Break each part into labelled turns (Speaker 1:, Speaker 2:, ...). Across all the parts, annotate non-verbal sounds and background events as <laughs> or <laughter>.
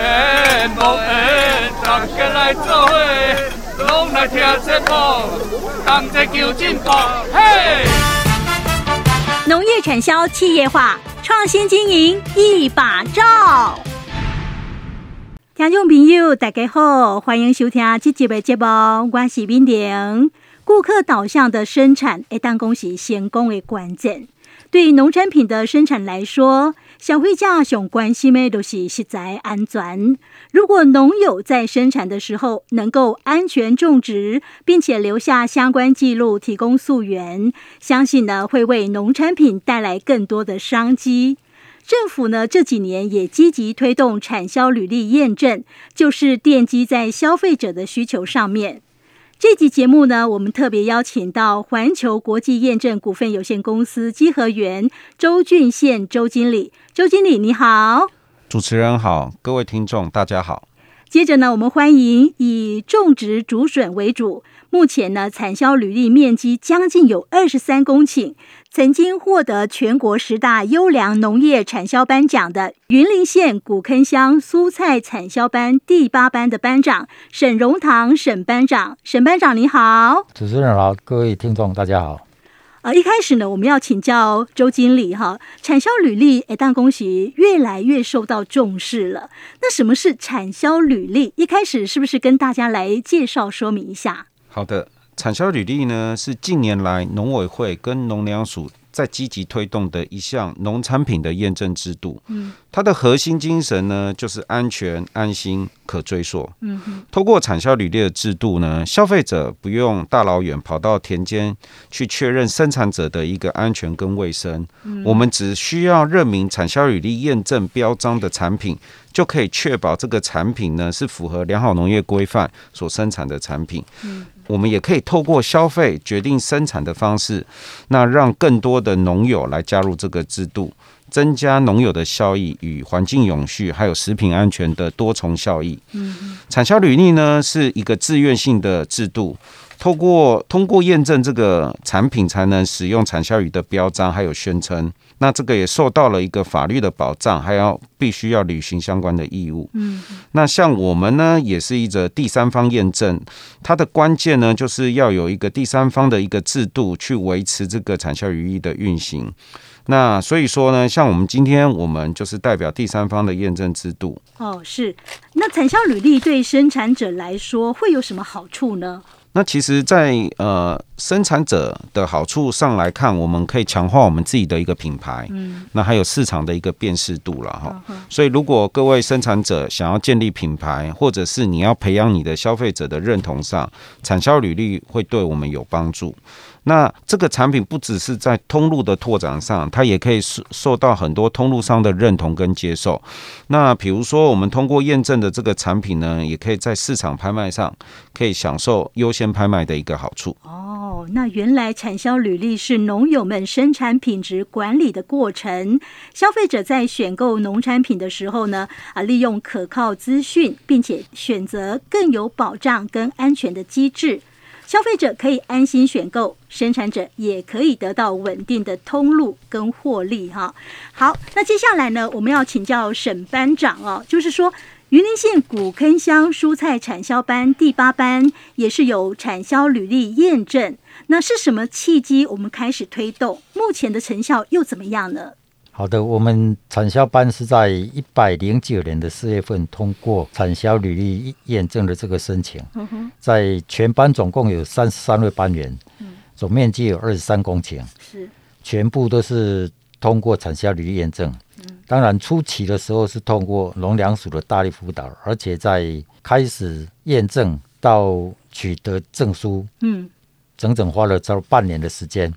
Speaker 1: 节目诶，大家来做伙，拢来听节目，同齐求进步，嘿！
Speaker 2: 农业产销企业化，创新经营一把照。听众朋友，大家好，欢迎收听这集的节目，我是敏玲。顾客导向的生产，会当讲是成功的关键。对农产品的生产来说，消费者上关心的就是食材安全。如果农友在生产的时候能够安全种植，并且留下相关记录提供溯源，相信呢会为农产品带来更多的商机。政府呢这几年也积极推动产销履历验证，就是奠基在消费者的需求上面。这集节目呢，我们特别邀请到环球国际验证股份有限公司稽核员周俊宪周经理。周经理你好。
Speaker 3: 主持人好，各位听众大家好。
Speaker 2: 接着呢，我们欢迎以种植竹笋为主，目前呢产销履历面积将近有二十三公顷，曾经获得全国十大优良农业产销班奖的云林县古坑乡蔬菜产销班第八班的班长沈荣堂沈班长，沈班长你好。
Speaker 4: 主持人好，各位听众大家好。
Speaker 2: 呃，一开始呢，我们要请教周经理哈，产销履历，哎，但恭喜越来越受到重视了。那什么是产销履历？一开始是不是跟大家来介绍说明一下？
Speaker 3: 好的，产销履历呢是近年来农委会跟农粮署在积极推动的一项农产品的验证制度。嗯，它的核心精神呢就是安全、安心、可追溯。嗯，通过产销履历的制度呢，消费者不用大老远跑到田间去确认生产者的一个安全跟卫生，我们只需要认明产销履历验证标章的产品。就可以确保这个产品呢是符合良好农业规范所生产的产品。我们也可以透过消费决定生产的方式，那让更多的农友来加入这个制度，增加农友的效益与环境永续还有食品安全的多重效益。产销履历呢是一个自愿性的制度。透过通过验证这个产品，才能使用产销履的标章，还有宣称。那这个也受到了一个法律的保障，还要必须要履行相关的义务。嗯，那像我们呢，也是一则第三方验证，它的关键呢，就是要有一个第三方的一个制度去维持这个产销履历的运行。那所以说呢，像我们今天我们就是代表第三方的验证制度，
Speaker 2: 哦，是。那产销履历对生产者来说会有什么好处呢？
Speaker 3: 那其实在，呃生产者的好处上来看，我们可以强化我们自己的一个品牌，嗯，那还有市场的一个辨识度了哈。所以，如果各位生产者想要建立品牌，或者是你要培养你的消费者的认同上，产销履历会对我们有帮助。那这个产品不只是在通路的拓展上，它也可以受受到很多通路商的认同跟接受。那比如说，我们通过验证的这个产品呢，也可以在市场拍卖上可以享受优先拍卖的一个好处。
Speaker 2: 哦，那原来产销履历是农友们生产品质管理的过程。消费者在选购农产品的时候呢，啊，利用可靠资讯，并且选择更有保障跟安全的机制，消费者可以安心选购，生产者也可以得到稳定的通路跟获利哈。好，那接下来呢，我们要请教沈班长哦，就是说。云林县古坑乡蔬菜产销班第八班也是有产销履历验证，那是什么契机我们开始推动？目前的成效又怎么样呢？
Speaker 4: 好的，我们产销班是在一百零九年的四月份通过产销履历验证的这个申请，在全班总共有三十三位班员，总面积有二十三公顷，
Speaker 2: 是
Speaker 4: 全部都是通过产销履历验证。当然，初期的时候是通过农粮署的大力辅导，而且在开始验证到取得证书，
Speaker 2: 嗯，
Speaker 4: 整整花了超半年的时间。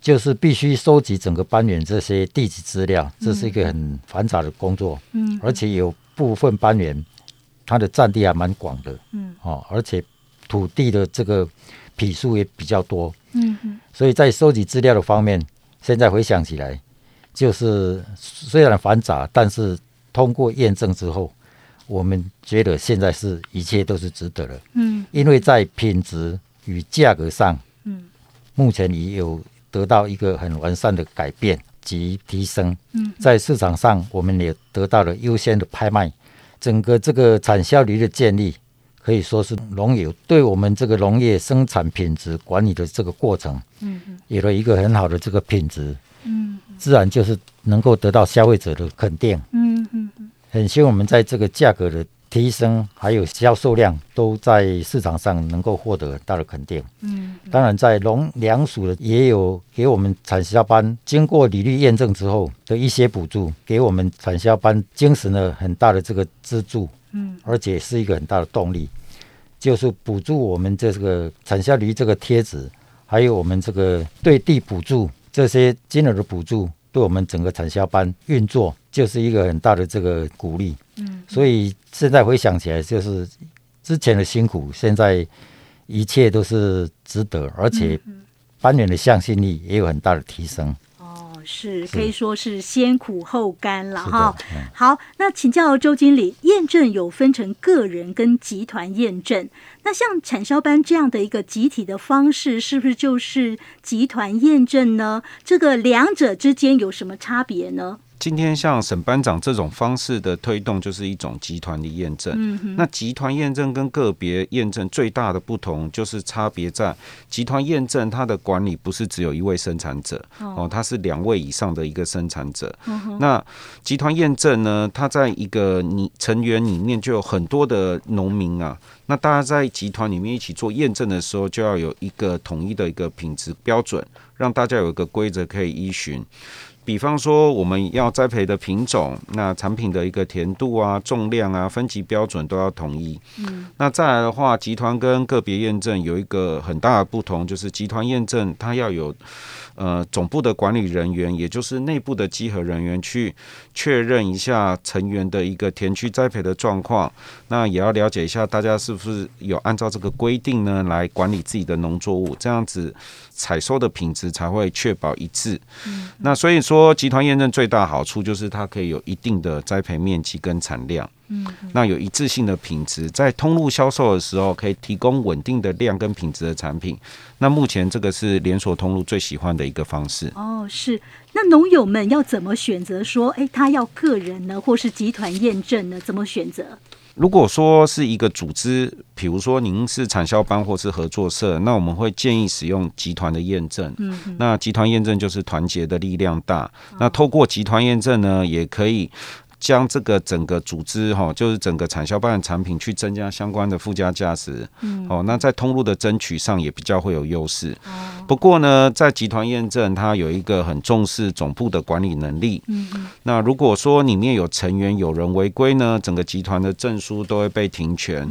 Speaker 4: 就是必须收集整个班员这些地籍资料，这是一个很繁杂的工作。
Speaker 2: 嗯，
Speaker 4: 而且有部分班员他的占地还蛮广的。
Speaker 2: 嗯，
Speaker 4: 哦，而且土地的这个匹数也比较多。
Speaker 2: 嗯嗯
Speaker 4: 所以在收集资料的方面，现在回想起来，就是虽然繁杂，但是通过验证之后，我们觉得现在是一切都是值得的，
Speaker 2: 嗯
Speaker 4: 因为在品质与价格上，
Speaker 2: 嗯，
Speaker 4: 目前已有得到一个很完善的改变及提升。
Speaker 2: 嗯，
Speaker 4: 在市场上，我们也得到了优先的拍卖，整个这个产销率的建立，可以说是农友对我们这个农业生产品质管理的这个过程，嗯，有了一个很好的这个品质，
Speaker 2: 嗯，
Speaker 4: 自然就是能够得到消费者的肯定。
Speaker 2: 嗯嗯嗯
Speaker 4: 很希望我们在这个价格的提升，还有销售量，都在市场上能够获得很大的肯定。
Speaker 2: 嗯
Speaker 4: 当然，在农粮署的也有给我们产销班经过履历验证之后的一些补助，给我们产销班精神了很大的这个支柱，
Speaker 2: 嗯，
Speaker 4: 而且是一个很大的动力，就是补助我们这个产销驴这个贴纸，还有我们这个对地补助这些金额的补助，对我们整个产销班运作就是一个很大的这个鼓励。
Speaker 2: 嗯，
Speaker 4: 所以现在回想起来，就是之前的辛苦，现在一切都是值得，而且
Speaker 2: 嗯
Speaker 4: 班员的向心力也有很大的提升。
Speaker 2: 哦，是可以说是先苦后甘了
Speaker 4: 是
Speaker 2: 哈
Speaker 4: 的。，嗯
Speaker 2: 好，那请教周经理，验证有分成个人跟集团验证。那像产销班这样的一个集体的方式，是不是就是集团验证呢？这个两者之间有什么差别呢？
Speaker 3: 今天像沈班长这种方式的推动，就是一种集团的验证。嗯、那集团验证跟个别验证最大的不同，就是差别在集团验证它的管理不是只有一位生产者，哦，嗯它是两位以上的一个生产者。那集团验证呢，它在一个你成员里面就有很多的农民啊，那大家在集团里面一起做验证的时候，就要有一个统一的一个品质标准，让大家有一个规则可以依循。比方说，我们要栽培的品种，那产品的一个甜度啊、重量啊、分级标准都要统一。嗯，那再来的话，集团跟个别验证有一个很大的不同，就是集团验证它要有呃总部的管理人员，也就是内部的稽核人员去确认一下成员的一个田区栽培的状况，那也要了解一下大家是不是有按照这个规定呢来管理自己的农作物，这样子采收的品质才会确保一致。那所以说，集团验证最大好处就是它可以有一定的栽培面积跟产量，嗯，那有一致性的品质，在通路销售的时候可以提供稳定的量跟品质的产品。那目前这个是连锁通路最喜欢的一个方式。
Speaker 2: 哦，是。那农友们要怎么选择？说，哎，他要个人呢，或是集团验证呢？怎么选择？
Speaker 3: 如果说是一个组织，比如说您是产销班或是合作社，那我们会建议使用集团的验证。嗯，那集团验证就是团结的力量大。那透过集团验证呢，也可以。将这个整个组织哈、就是整个产销班的产品去增加相关的附加价值，嗯、哦，那在通路的争取上也比较会有优势。不过呢，在集团验证，它有一个很重视总部的管理能力，那如果说里面有成员有人违规呢，整个集团的证书都会被停权。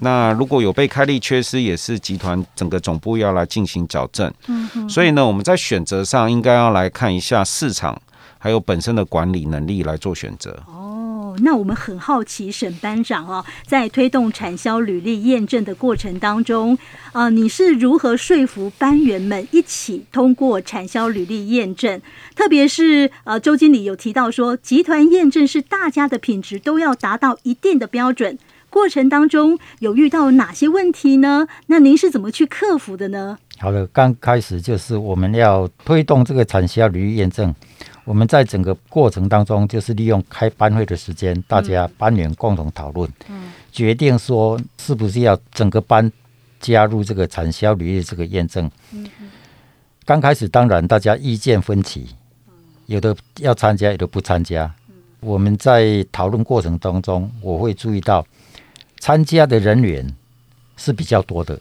Speaker 3: 那如果有被开立缺失，也是集团整个总部要来进行矫正。所以呢，我们在选择上应该要来看一下市场，还有本身的管理能力来做选择。
Speaker 2: 哦，那我们很好奇，沈班长哦，在推动产销履历验证的过程当中，呃，你是如何说服班员们一起通过产销履历验证？特别是呃，周经理有提到说，集团验证是大家的品质都要达到一定的标准。过程当中有遇到哪些问题呢？那您是怎么去克服的呢？
Speaker 4: 好了，刚开始就是我们要推动这个产销履历验证。我们在整个过程当中，就是利用开班会的时间，大家班员共同讨论，决定说是不是要整个班加入这个产销履历这个验证。刚开始当然大家意见分歧，有的要参加，有的不参加。我们在讨论过程当中，我会注意到参加的人员是比较多的，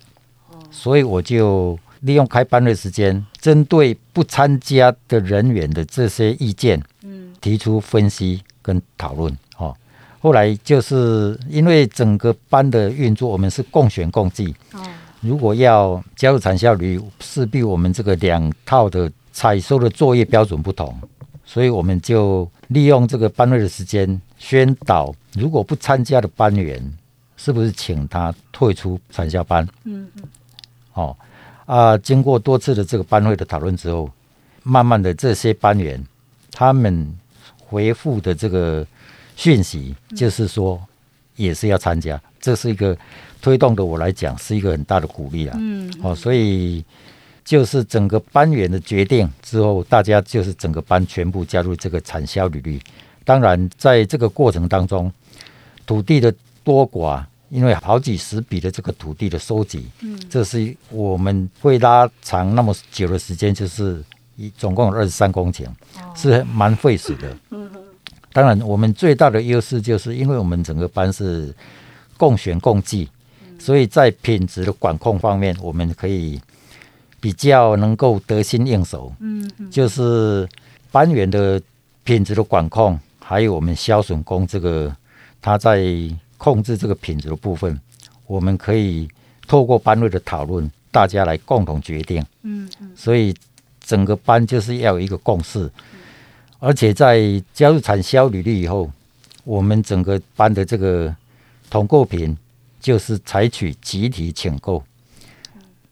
Speaker 4: 所以我就利用开班的时间，针对不参加的人员的这些意见，嗯，提出分析跟讨论。哦，后来就是因为整个班的运作，我们是共选共计。
Speaker 2: 哦，
Speaker 4: 如果要加入产销率，势必我们这个两套的采收的作业标准不同，所以我们就利用这个班会的时间宣导，如果不参加的班员，是不是请他退出产销班？
Speaker 2: 嗯，
Speaker 4: 哦啊，经过多次的这个班会的讨论之后，慢慢的这些班员他们回复的这个讯息，就是说也是要参加，这是一个推动的我来讲是一个很大的鼓励啊。
Speaker 2: 嗯，
Speaker 4: 哦，所以就是整个班员的决定之后，大家就是整个班全部加入这个产销履历。当然，在这个过程当中，土地的多寡，因为好几十笔的这个土地的收集，嗯，这是我们会拉长那么久的时间，就是一总共二十三公顷，
Speaker 2: 哦
Speaker 4: 是蛮费时
Speaker 2: <laughs>
Speaker 4: 的。
Speaker 2: 嗯
Speaker 4: 当然，我们最大的优势就是因为我们整个班是共选共计，
Speaker 2: 嗯
Speaker 4: 所以在品质的管控方面，我们可以比较能够得心应手。
Speaker 2: 嗯嗯
Speaker 4: 就是班员的品质的管控，还有我们消损工这个他在控制这个品质的部分，我们可以透过班会的讨论，大家来共同决定。
Speaker 2: 嗯嗯
Speaker 4: 所以整个班就是要有一个共识，而且在加入产销履历以后，我们整个班的这个统购品就是采取集体请购，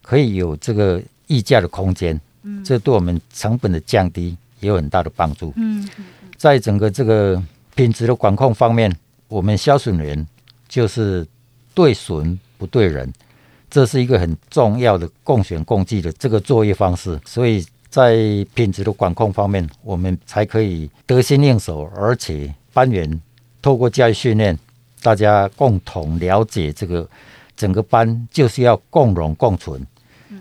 Speaker 4: 可以有这个议价的空间，这对我们成本的降低也有很大的帮助。
Speaker 2: 嗯
Speaker 4: 在整个这个品质的管控方面，我们消损人就是对损不对人，这是一个很重要的共选共计的这个作业方式。所以在品质的管控方面，我们才可以得心应手，而且班员透过教育训练，大家共同了解这个整个班就是要共荣共存。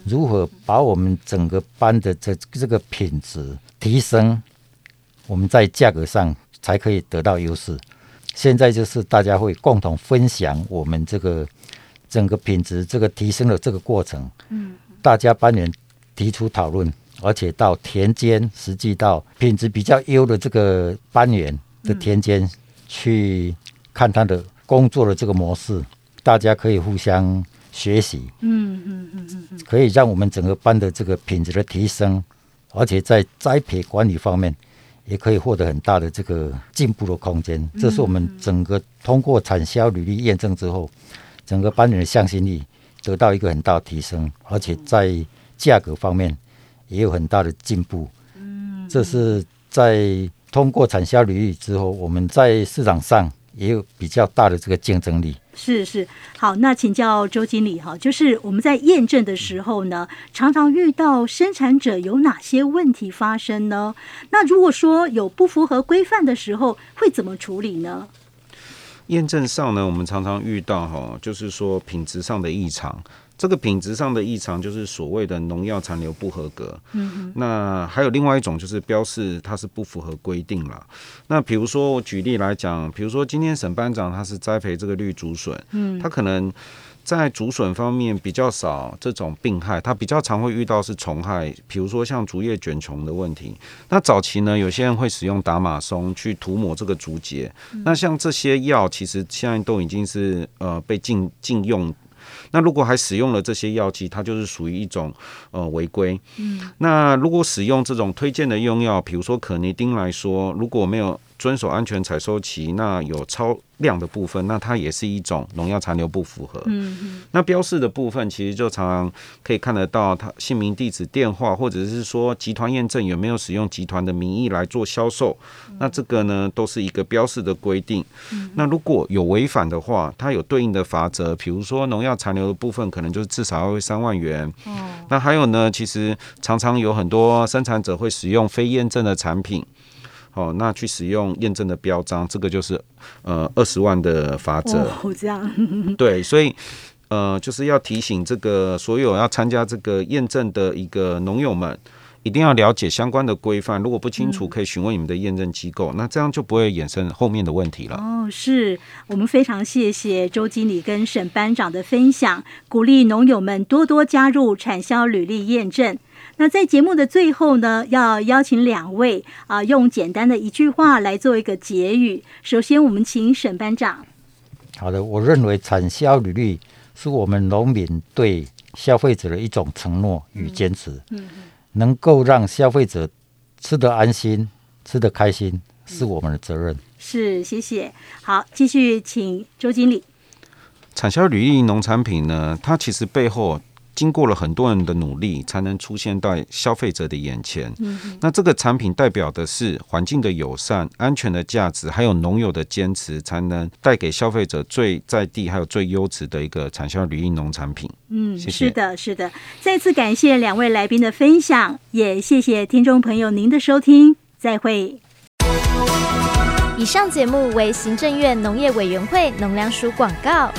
Speaker 4: 如何把我们整个班的这这个品质提升，我们在价格上才可以得到优势。现在就是大家会共同分享我们这个整个品质这个提升的这个过程，
Speaker 2: 嗯，
Speaker 4: 大家班员提出讨论，而且到田间实际到品质比较优的这个班员的田间去看他的工作的这个模式，大家可以互相学习，
Speaker 2: 嗯嗯嗯嗯
Speaker 4: 可以让我们整个班的这个品质的提升，而且在栽培管理方面也可以获得很大的这个进步的空间。这是我们整个通过产销履历验证之后，整个班人的向心力得到一个很大的提升，而且在价格方面也有很大的进步。嗯，这是在通过产销履历之后，我们在市场上也有比较大的这个竞争力。
Speaker 2: 是是，好，那请教周经理哈，就是我们在验证的时候呢，常常遇到生产者有哪些问题发生呢？那如果说有不符合规范的时候，会怎么处理呢？
Speaker 3: 验证上呢，我们常常遇到哈，就是说品质上的异常。这个品质上的异常就是所谓的农药残留不合格。嗯，那还有另外一种就是标示它是不符合规定啦。那比如说我举例来讲，比如说今天沈班长他是栽培这个绿竹笋，嗯，他可能在竹笋方面比较少这种病害，他比较常会遇到是虫害，比如说像竹叶卷虫的问题。那早期呢，有些人会使用打马松去涂抹这个竹节，那像这些药，其实现在都已经是呃被禁禁用。那如果还使用了这些药剂，它就是属于一种呃违规。嗯，那如果使用这种推荐的用药，比如说可尼丁来说，如果没有遵守安全采收期，那有超量的部分，那它也是一种农药残留不符合。
Speaker 2: 嗯
Speaker 3: 那标示的部分，其实就常常可以看得到他姓名、地址、电话，或者是说集团验证有没有使用集团的名义来做销售。那这个呢，都是一个标示的规定。那如果有违反的话，它有对应的罚则，比如说农药残留的部分，可能就是至少要三万元。那还有呢，其实常常有很多生产者会使用非验证的产品。哦，那去使用验证的标章，这个就是呃二十万的罚则。
Speaker 2: 哦，这样，
Speaker 3: 对，所以呃，就是要提醒这个所有要参加这个验证的一个农友们，一定要了解相关的规范。如果不清楚，可以询问你们的验证机构，那这样就不会衍生后面的问题了。
Speaker 2: 哦，是我们非常谢谢周经理跟沈班长的分享，鼓励农友们多多加入产销履历验证。那在节目的最后呢，要邀请两位啊、用简单的一句话来做一个结语。首先，我们请沈班长。
Speaker 4: 好的，我认为产销履历是我们农民对消费者的一种承诺与坚持，能够让消费者吃得安心、吃得开心，是我们的责任。
Speaker 2: 是，谢谢。好，继续请周经理。
Speaker 3: 产销履历农产品呢，它其实背后经过了很多人的努力，才能出现在消费者的眼前。那这个产品代表的是环境的友善、安全的价值，还有农友的坚持，才能带给消费者最在地还有最优质的一个产销履历农产品。
Speaker 2: 嗯，
Speaker 3: 谢谢
Speaker 2: 是的，是的。再次感谢两位来宾的分享，也谢谢听众朋友您的收听，再会。
Speaker 5: 以上节目为行政院农业委员会农粮署广告。